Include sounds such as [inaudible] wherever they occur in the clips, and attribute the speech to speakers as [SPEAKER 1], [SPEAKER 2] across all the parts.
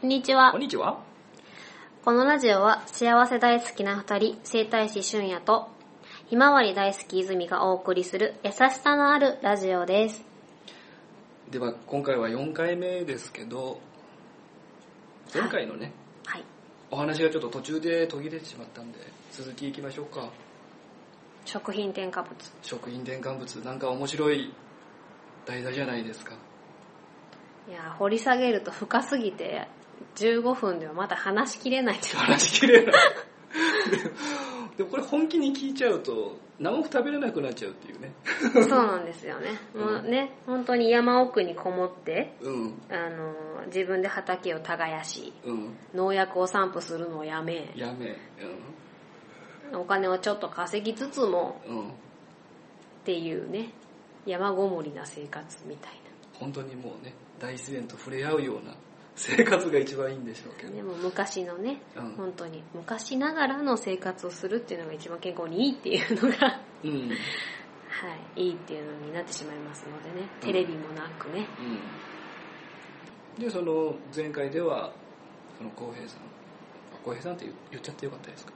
[SPEAKER 1] こんにちは
[SPEAKER 2] こん。にちは。
[SPEAKER 1] このラジオは幸せ大好きな二人、生態師俊也と、ひまわり大好き泉がお送りする優しさのあるラジオです。
[SPEAKER 2] では、今回は4回目ですけど、前回のね、
[SPEAKER 1] はい。
[SPEAKER 2] お話がちょっと途中で途切れてしまったんで、続きいきましょうか。
[SPEAKER 1] 食品添加物。
[SPEAKER 2] 食品添加物、なんか面白い題材じゃないですか。
[SPEAKER 1] いやー、掘り下げると深すぎて、15分ではまだ話しきれ [laughs] ないです。
[SPEAKER 2] 話しきれない。 [laughs] でもこれ本気に聞いちゃうと、何も食べれなくなっちゃうっていうね。
[SPEAKER 1] そうなんですよね。
[SPEAKER 2] うん
[SPEAKER 1] もうね、本当に山奥にこもって、
[SPEAKER 2] うん、
[SPEAKER 1] あのー自分で畑を耕し、
[SPEAKER 2] うん、
[SPEAKER 1] 農薬を散布するのをやめ、
[SPEAKER 2] やめ、
[SPEAKER 1] お金をちょっと稼ぎつつも、
[SPEAKER 2] うん、うん。
[SPEAKER 1] っていうね、山ごもりな生活みたい
[SPEAKER 2] 本当にもうね、大自然と触れ合うような生活が一番いいんでしょうけ
[SPEAKER 1] な。
[SPEAKER 2] ど。
[SPEAKER 1] でも昔のね、
[SPEAKER 2] うん
[SPEAKER 1] 本当に昔ながらの生活をするっていうのが一番健康にいいっていうの
[SPEAKER 2] [laughs]
[SPEAKER 1] が、は
[SPEAKER 2] うん、うん。
[SPEAKER 1] い、いいっていうのになってしまいますのでね、テレビもなく
[SPEAKER 2] [laughs]
[SPEAKER 1] ね。
[SPEAKER 2] で、その前回では、その浩平さん、浩平さんって言言っちゃってよかったですか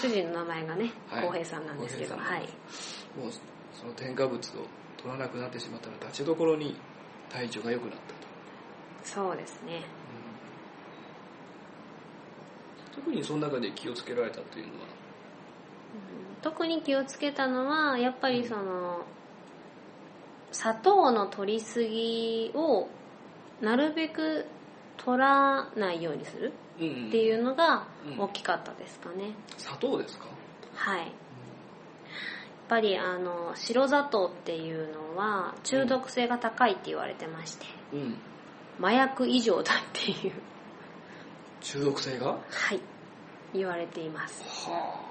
[SPEAKER 1] 主人の名前がね、
[SPEAKER 2] はい
[SPEAKER 1] 浩平さんなんですけど、
[SPEAKER 2] 浩平さ
[SPEAKER 1] は
[SPEAKER 2] ん
[SPEAKER 1] い。
[SPEAKER 2] もうその添加物を取らなくなってしまったら立ちどころに体調が良くなったと。
[SPEAKER 1] そうですね。
[SPEAKER 2] 特にその中で気をつけられたというのは、
[SPEAKER 1] うん特に気をつけたのは、やっぱりその、砂糖の取りすぎをなるべく取らないようにする
[SPEAKER 2] うん
[SPEAKER 1] っていうのが
[SPEAKER 2] うん
[SPEAKER 1] 大きかったですかね。
[SPEAKER 2] 砂糖ですか、
[SPEAKER 1] はい。やっぱりあの白砂糖っていうのは中毒性が高いって言われてまして、
[SPEAKER 2] うん、
[SPEAKER 1] 麻薬以上だっていう
[SPEAKER 2] 中毒性がは
[SPEAKER 1] はい言われています
[SPEAKER 2] あ。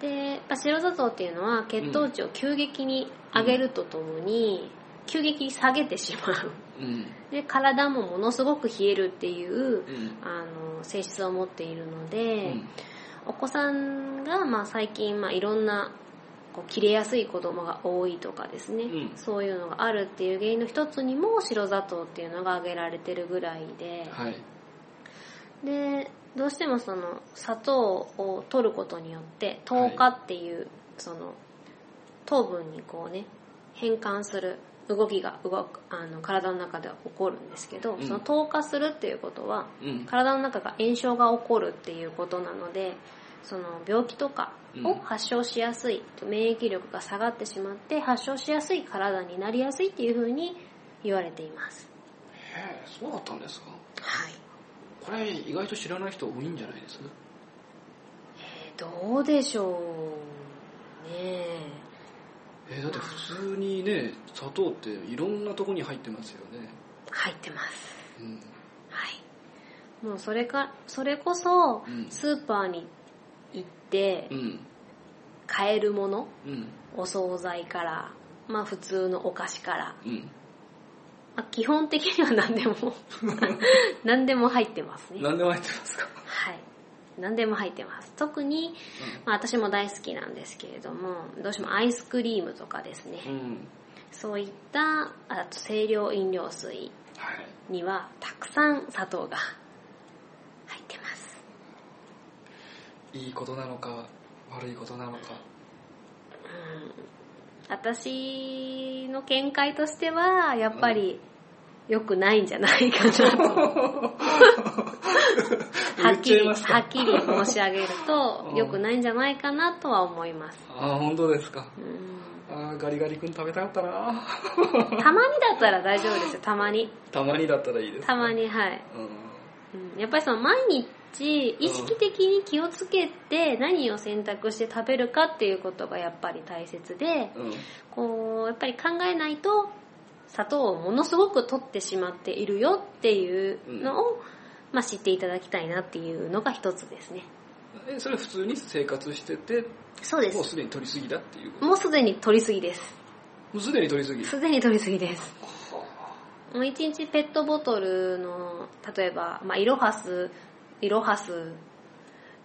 [SPEAKER 1] でやっぱ白砂糖っていうのは血糖値を急激に上げるとともに、急激に下げてしまう
[SPEAKER 2] うん。
[SPEAKER 1] で体もものすごく冷えるっていう
[SPEAKER 2] うん。
[SPEAKER 1] あの性質を持っているの
[SPEAKER 2] う
[SPEAKER 1] で、
[SPEAKER 2] ん。
[SPEAKER 1] お子さんが、まあ、最近、まあ、いろんなこう切れやすい子供が多いとかですね、
[SPEAKER 2] うん
[SPEAKER 1] そういうのがあるっていう原因の一つにも白砂糖っていうのが挙げられてるぐらいで、
[SPEAKER 2] はい。
[SPEAKER 1] でどうしてもその砂糖を取ることによって糖化っていう、その糖分にこうね変換する動きが動くあの体の中では起こるんですけど、
[SPEAKER 2] うん
[SPEAKER 1] その糖化するっていうことは
[SPEAKER 2] うん。
[SPEAKER 1] 体の中が炎症が起こるっていうことなのでその病気とかを発症しやすい、免疫力が下がってしまって発症しやすい体になりやすいっていうふうに言われています
[SPEAKER 2] へえ、そうだったんですか
[SPEAKER 1] はい、
[SPEAKER 2] これ意外と知らない人多いんじゃないです
[SPEAKER 1] えーどうでしょうね
[SPEAKER 2] えーだって普通にね、砂糖っていろんなとこに入ってますよね。
[SPEAKER 1] 入ってます
[SPEAKER 2] うん。
[SPEAKER 1] はいもうそれかそれこそ
[SPEAKER 2] うん
[SPEAKER 1] スーパーに行って
[SPEAKER 2] うん。
[SPEAKER 1] 買えるもの
[SPEAKER 2] うん。
[SPEAKER 1] お惣菜からまあ普通のお菓子から
[SPEAKER 2] うん。
[SPEAKER 1] まあ基本的には何
[SPEAKER 2] [laughs]
[SPEAKER 1] でも何でも入ってますね
[SPEAKER 2] 何でも入ってますか
[SPEAKER 1] はい何でも入ってます特に、まあ、私も大好きなんですけれどもどうしてもアイスクリームとかですね、
[SPEAKER 2] うん。
[SPEAKER 1] そういったあと清涼飲料水
[SPEAKER 2] はい。
[SPEAKER 1] にはたくさん砂糖が [laughs] 入ってます
[SPEAKER 2] いいことなのか、悪いことなのか。
[SPEAKER 1] うん私の見解としてはやっぱり良くないんじゃないかなとはっき
[SPEAKER 2] 言
[SPEAKER 1] り、は
[SPEAKER 2] っちゃいますか
[SPEAKER 1] っきり申し上げると
[SPEAKER 2] う、ん
[SPEAKER 1] 良くないんじゃないかなとは思います。
[SPEAKER 2] ああ、本当ですか。
[SPEAKER 1] うん
[SPEAKER 2] ああ、ガリガリ君食べたかったな。 [laughs]
[SPEAKER 1] たまにだったら大丈夫ですよ、たまに。
[SPEAKER 2] たまにだったらいいです。
[SPEAKER 1] たまに、はい。
[SPEAKER 2] うん。
[SPEAKER 1] うんやっぱりその毎日、意識的に気をつけて何を選択して食べるかっていうことがやっぱり大切で、
[SPEAKER 2] うん。
[SPEAKER 1] こう、やっぱり考えないと、砂糖をものすごく取ってしまっているよっていうのを、まあ知っていただきたいなっていうのが一つですね。
[SPEAKER 2] え、それ普通に生活してて、
[SPEAKER 1] そうで
[SPEAKER 2] もう
[SPEAKER 1] す。
[SPEAKER 2] すでに取りすぎだっていうこと。
[SPEAKER 1] もうすでに取りすぎです。
[SPEAKER 2] もうすでに取りすぎ。
[SPEAKER 1] すでに取りすぎです。もう一日ペットボトルの、例えば、まあ、イロハス、イロハス、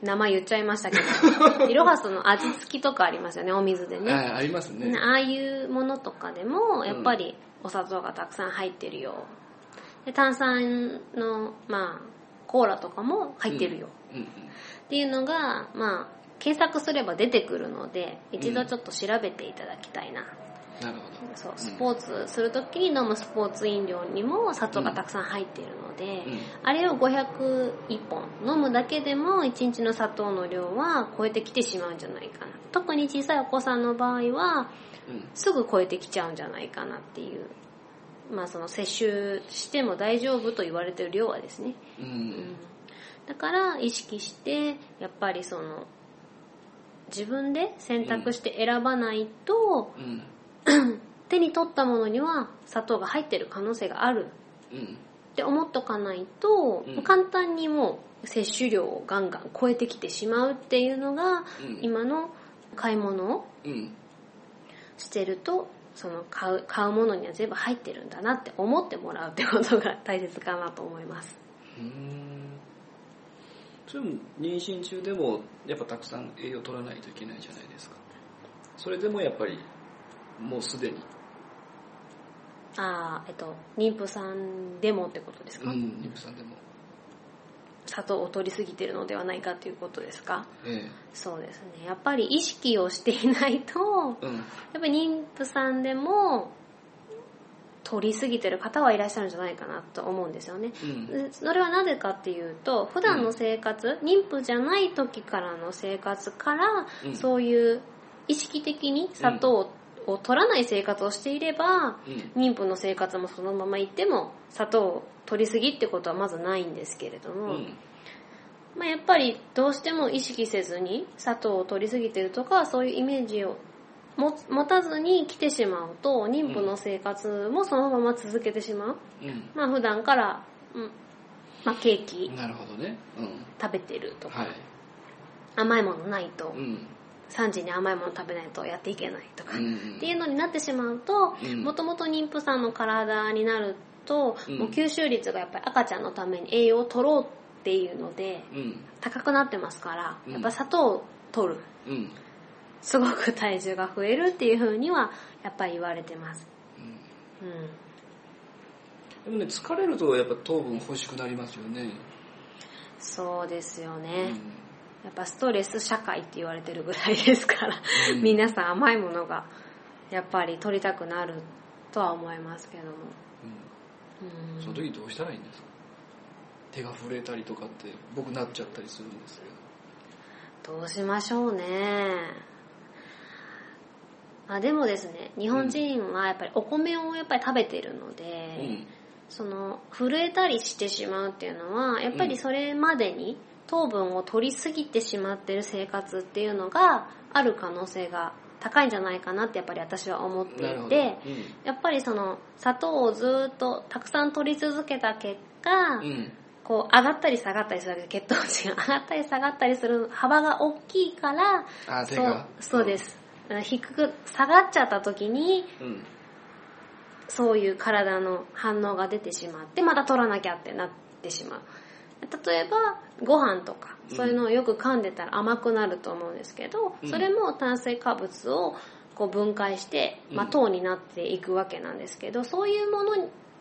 [SPEAKER 1] 名前言っちゃいましたけ [laughs] ど、イロハスの味付きとかありますよね、お水で
[SPEAKER 2] は
[SPEAKER 1] ね。
[SPEAKER 2] い、ありますね。
[SPEAKER 1] ああいうものとかでも、やっぱりお砂糖がたくさん入ってるよ。で炭酸の、まあ、コーラとかも入ってるよ、
[SPEAKER 2] うんうん
[SPEAKER 1] っていうのが、まあ、検索すれば出てくるので、一度ちょっと調べていただきたいな。
[SPEAKER 2] なるほ
[SPEAKER 1] そう、スポーツするときに飲むスポーツ飲料にも砂糖がたくさん入っているので、
[SPEAKER 2] うん
[SPEAKER 1] あれを501本飲むだけでも1日の砂糖の量は超えてきてしまうんじゃないかな。特に小さいお子さんの場合は、
[SPEAKER 2] ど、うん、
[SPEAKER 1] すぐ超えてきちゃうんじゃないかなっていう。まあその摂取しても大丈夫と言われてる量はですね。
[SPEAKER 2] う
[SPEAKER 1] うんんだから意識して、やっぱりその、自分で選択して選ばないと、
[SPEAKER 2] うん
[SPEAKER 1] 手に取ったものには砂糖が入ってる可能性がある
[SPEAKER 2] うん
[SPEAKER 1] って思っとかないと、
[SPEAKER 2] うん
[SPEAKER 1] 簡単にもう摂取量をガンガン超えてきてしまうっていうのが、
[SPEAKER 2] うん
[SPEAKER 1] 今の買い物を
[SPEAKER 2] うん
[SPEAKER 1] してるとその買う買うものには全部入ってるんだなって思ってもらうってことが大切かなと思います。
[SPEAKER 2] うんそれも妊娠中でもやっぱたくさん栄養取らないといけないじゃないですかそれでもやっぱりもうすでに、
[SPEAKER 1] ああ、えっと、妊婦さんでもってことです
[SPEAKER 2] う
[SPEAKER 1] か、
[SPEAKER 2] ん、妊婦さんでも
[SPEAKER 1] 砂糖を取りすぎてるのではないかということですか
[SPEAKER 2] え
[SPEAKER 1] そうですね。やっぱり意識をしていないと、
[SPEAKER 2] えうん
[SPEAKER 1] やっぱり妊婦さんでも取りすぎてる方はいらっしゃるんじゃないかなと思うんですよね。
[SPEAKER 2] うん
[SPEAKER 1] でそれはなぜかっていうと、普段の生活、妊婦じゃない時からの生活から、
[SPEAKER 2] うん
[SPEAKER 1] そういう意識的に砂糖を取らない生活をしていれば、
[SPEAKER 2] うん
[SPEAKER 1] 妊婦の生活もそのままいっても、砂糖を取りすぎってことはまずないんですけれど
[SPEAKER 2] う
[SPEAKER 1] も、
[SPEAKER 2] ん
[SPEAKER 1] まあ、やっぱりどうしても意識せずに砂糖を取りすぎてるとかそういうイメージを持持たずに来てしまうと妊婦の生活もそのまま続けてしまう、
[SPEAKER 2] うん
[SPEAKER 1] まあ普段から、うんまあ、ケーキ
[SPEAKER 2] なるほどねうん
[SPEAKER 1] 食べてるとか
[SPEAKER 2] はい
[SPEAKER 1] 甘いものないと
[SPEAKER 2] うん
[SPEAKER 1] 3時に甘いもの食べないとやっていけないとか、
[SPEAKER 2] うん
[SPEAKER 1] っていうのになってしまうと
[SPEAKER 2] うん
[SPEAKER 1] もともと妊婦さんの体になると、
[SPEAKER 2] うん
[SPEAKER 1] もう吸収率がやっぱり赤ちゃんのために栄養を取ろうっていうので、
[SPEAKER 2] うん
[SPEAKER 1] 高くなってますから、
[SPEAKER 2] うん
[SPEAKER 1] やっぱ砂糖を取る。
[SPEAKER 2] うんうん
[SPEAKER 1] すごく体重が増えるっていう風には、やっぱり言われてます。うん。
[SPEAKER 2] でもね疲れるとやっぱ糖分欲しくなりますよね
[SPEAKER 1] そうですよ
[SPEAKER 2] う
[SPEAKER 1] ね。
[SPEAKER 2] ん
[SPEAKER 1] やっぱストレス社会って言われてるぐらいですから、
[SPEAKER 2] うん
[SPEAKER 1] 皆さん甘いものが、やっぱり取りたくなるとは思いますけども。う
[SPEAKER 2] うん
[SPEAKER 1] ん
[SPEAKER 2] その時どうしたらいいんですか手が震えたりとかって僕なっちゃったりするんですけど
[SPEAKER 1] どうしましょうね。あでもですね、日本人はやっぱりお米をやっぱり食べてるので、
[SPEAKER 2] うん
[SPEAKER 1] その震えたりしてしまうっていうのはやっぱりそれまでに糖分を取りすぎてしまってる生活っていうのがある可能性が高いんじゃないかなってやっぱり私は思って
[SPEAKER 2] なる
[SPEAKER 1] い
[SPEAKER 2] ほど
[SPEAKER 1] てやっぱりその砂糖をずーっとたくさん取り続けた結果、
[SPEAKER 2] うんうん
[SPEAKER 1] こう上がったり下がったりするわけで血糖値が上がったり下がったりする幅が大きいから
[SPEAKER 2] あ手
[SPEAKER 1] そう
[SPEAKER 2] が
[SPEAKER 1] そうで、す、うん低く下がっちゃった時に
[SPEAKER 2] うん
[SPEAKER 1] そういう体の反応が出てしまって、また取らなきゃってなってしまう。例えば、ご飯とか、
[SPEAKER 2] うん
[SPEAKER 1] そういうのをよく噛んでたら甘くなると思うんですけど、
[SPEAKER 2] うん
[SPEAKER 1] それも炭水化物をこう分解して、まあ、
[SPEAKER 2] うん
[SPEAKER 1] 糖になっていくわけなんですけど、そういうもの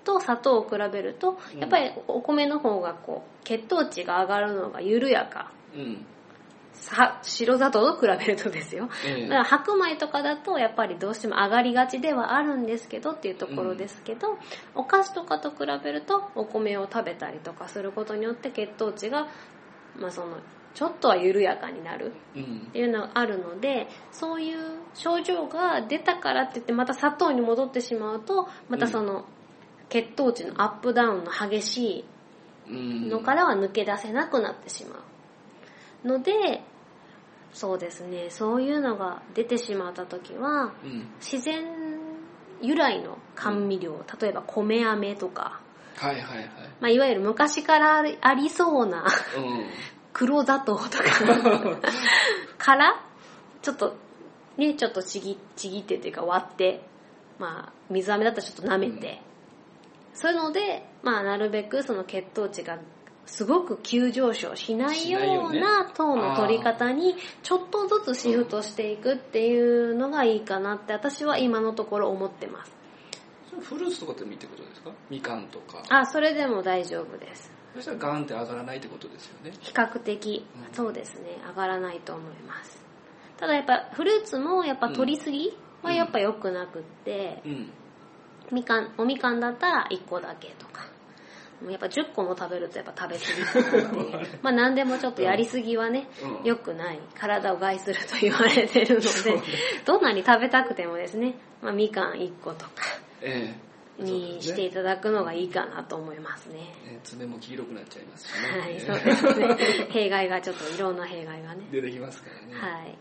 [SPEAKER 1] と砂糖を比べると
[SPEAKER 2] う、ん
[SPEAKER 1] やっぱりお米の方がこう、血糖値が上がるのが緩やか。
[SPEAKER 2] うん
[SPEAKER 1] さ白砂糖と比べるとですよ。
[SPEAKER 2] え
[SPEAKER 1] だ
[SPEAKER 2] え
[SPEAKER 1] から白米とかだとやっぱりどうしても上がりがちではあるんですけどっていうところですけど、お菓子とかと比べるとお米を食べたりとかすることによって血糖値が、まあ、そのちょっとは緩やかになる
[SPEAKER 2] うん
[SPEAKER 1] っていうのがあるのでそういう症状が出たからって言ってまた砂糖に戻ってしまうとまたその血糖値のアップダウンの激しい
[SPEAKER 2] うん
[SPEAKER 1] のからは抜け出せなくなってしまうのでそうですねそういうのが出てしまった時は
[SPEAKER 2] うん
[SPEAKER 1] 自然由来の甘味料、例えば米飴とか、
[SPEAKER 2] はいはいはい
[SPEAKER 1] まあ、いわゆる昔からありありそうな
[SPEAKER 2] う
[SPEAKER 1] 黒砂 [laughs] 糖とかからちょっとねちょっとちぎちぎってというか割ってまあ水飴だったらちょっと舐めて、
[SPEAKER 2] うん
[SPEAKER 1] そういうのでまあなるべくその血糖値がすごく急上昇しないよう
[SPEAKER 2] しないよ
[SPEAKER 1] な糖の取り方にちょっとずつシフトしていくっていうのがいいかなって私は今のところ思ってます。
[SPEAKER 2] んそれフルーツとかでもいいってことですかみかんとか。
[SPEAKER 1] あ、それでも大丈夫です。
[SPEAKER 2] そしたらガンって上がらないってことですよね。
[SPEAKER 1] 比較的
[SPEAKER 2] う、ん
[SPEAKER 1] そうですね、上がらないと思います。ただやっぱフルーツもやっぱ取りすぎはやっぱ良くなくって [laughs]
[SPEAKER 2] う、ん。
[SPEAKER 1] みかん、おみかんだったら1個だけとか。でもやっぱ10個も食べるとやっぱ食べ
[SPEAKER 2] [laughs]
[SPEAKER 1] 過ぎかなっていうまあ何でもちょっとやりすぎはね、
[SPEAKER 2] うん
[SPEAKER 1] 良くない。体を害すると言われてるの
[SPEAKER 2] そう
[SPEAKER 1] で
[SPEAKER 2] ね、
[SPEAKER 1] どんなに食べたくてもですね、まあみかん1個とか
[SPEAKER 2] ええ
[SPEAKER 1] に
[SPEAKER 2] そ
[SPEAKER 1] し
[SPEAKER 2] う
[SPEAKER 1] て
[SPEAKER 2] で
[SPEAKER 1] い
[SPEAKER 2] す
[SPEAKER 1] た
[SPEAKER 2] ね
[SPEAKER 1] だくのがいいかなと思いますね。
[SPEAKER 2] ええ爪も黄色くなっちゃいますしね。
[SPEAKER 1] はい、
[SPEAKER 2] ええ
[SPEAKER 1] そうですね。弊害がちょっといろんな弊害がね。
[SPEAKER 2] [laughs] 出てきますからね。
[SPEAKER 1] はい。
[SPEAKER 2] はい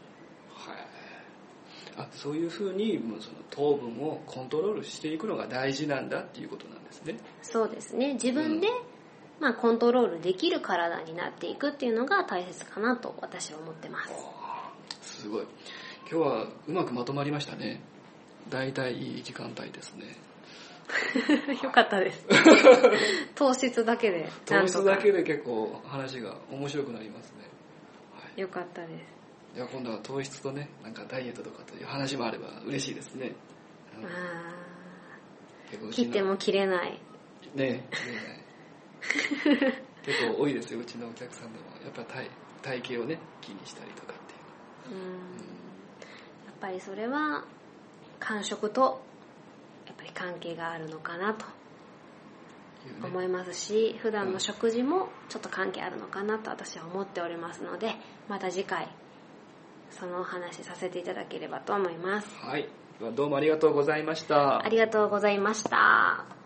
[SPEAKER 2] あそういうふうにもうその糖分をコントロールしていくのが大事なんだっていうことなんですね。
[SPEAKER 1] そうですね。自分で、まあコントロールできる体になっていくっていうのが大切かなと私は思ってます。
[SPEAKER 2] すごい。今日はうまくまとまりましたね。大体いい時間帯ですね。
[SPEAKER 1] [laughs] よかったです。 [laughs] 糖質だけで。
[SPEAKER 2] 糖質だけ
[SPEAKER 1] で。
[SPEAKER 2] で結構話が面白くなりますね。はい、
[SPEAKER 1] よかったです。
[SPEAKER 2] じゃあ今度は糖質とね、なんかダイエットとかという話もあれば嬉しいですね。うん
[SPEAKER 1] あ
[SPEAKER 2] 結構
[SPEAKER 1] ー
[SPEAKER 2] うち
[SPEAKER 1] 切
[SPEAKER 2] の
[SPEAKER 1] っても切れない。
[SPEAKER 2] ねね [laughs] 結構多いですよ、うちのお客さんでも。やっぱ体体型をね、気にしたりとかっていう。
[SPEAKER 1] うんやっぱりそれは、感触と、やっぱり関係があるのかなと
[SPEAKER 2] いうね
[SPEAKER 1] 思いますし、普段の食事もちょっと関係あるのかなと私は思っておりますので、また次回、そのお話しさせていただければと思います。
[SPEAKER 2] はい。ではどうもありがとうございました。
[SPEAKER 1] ありがとうございました。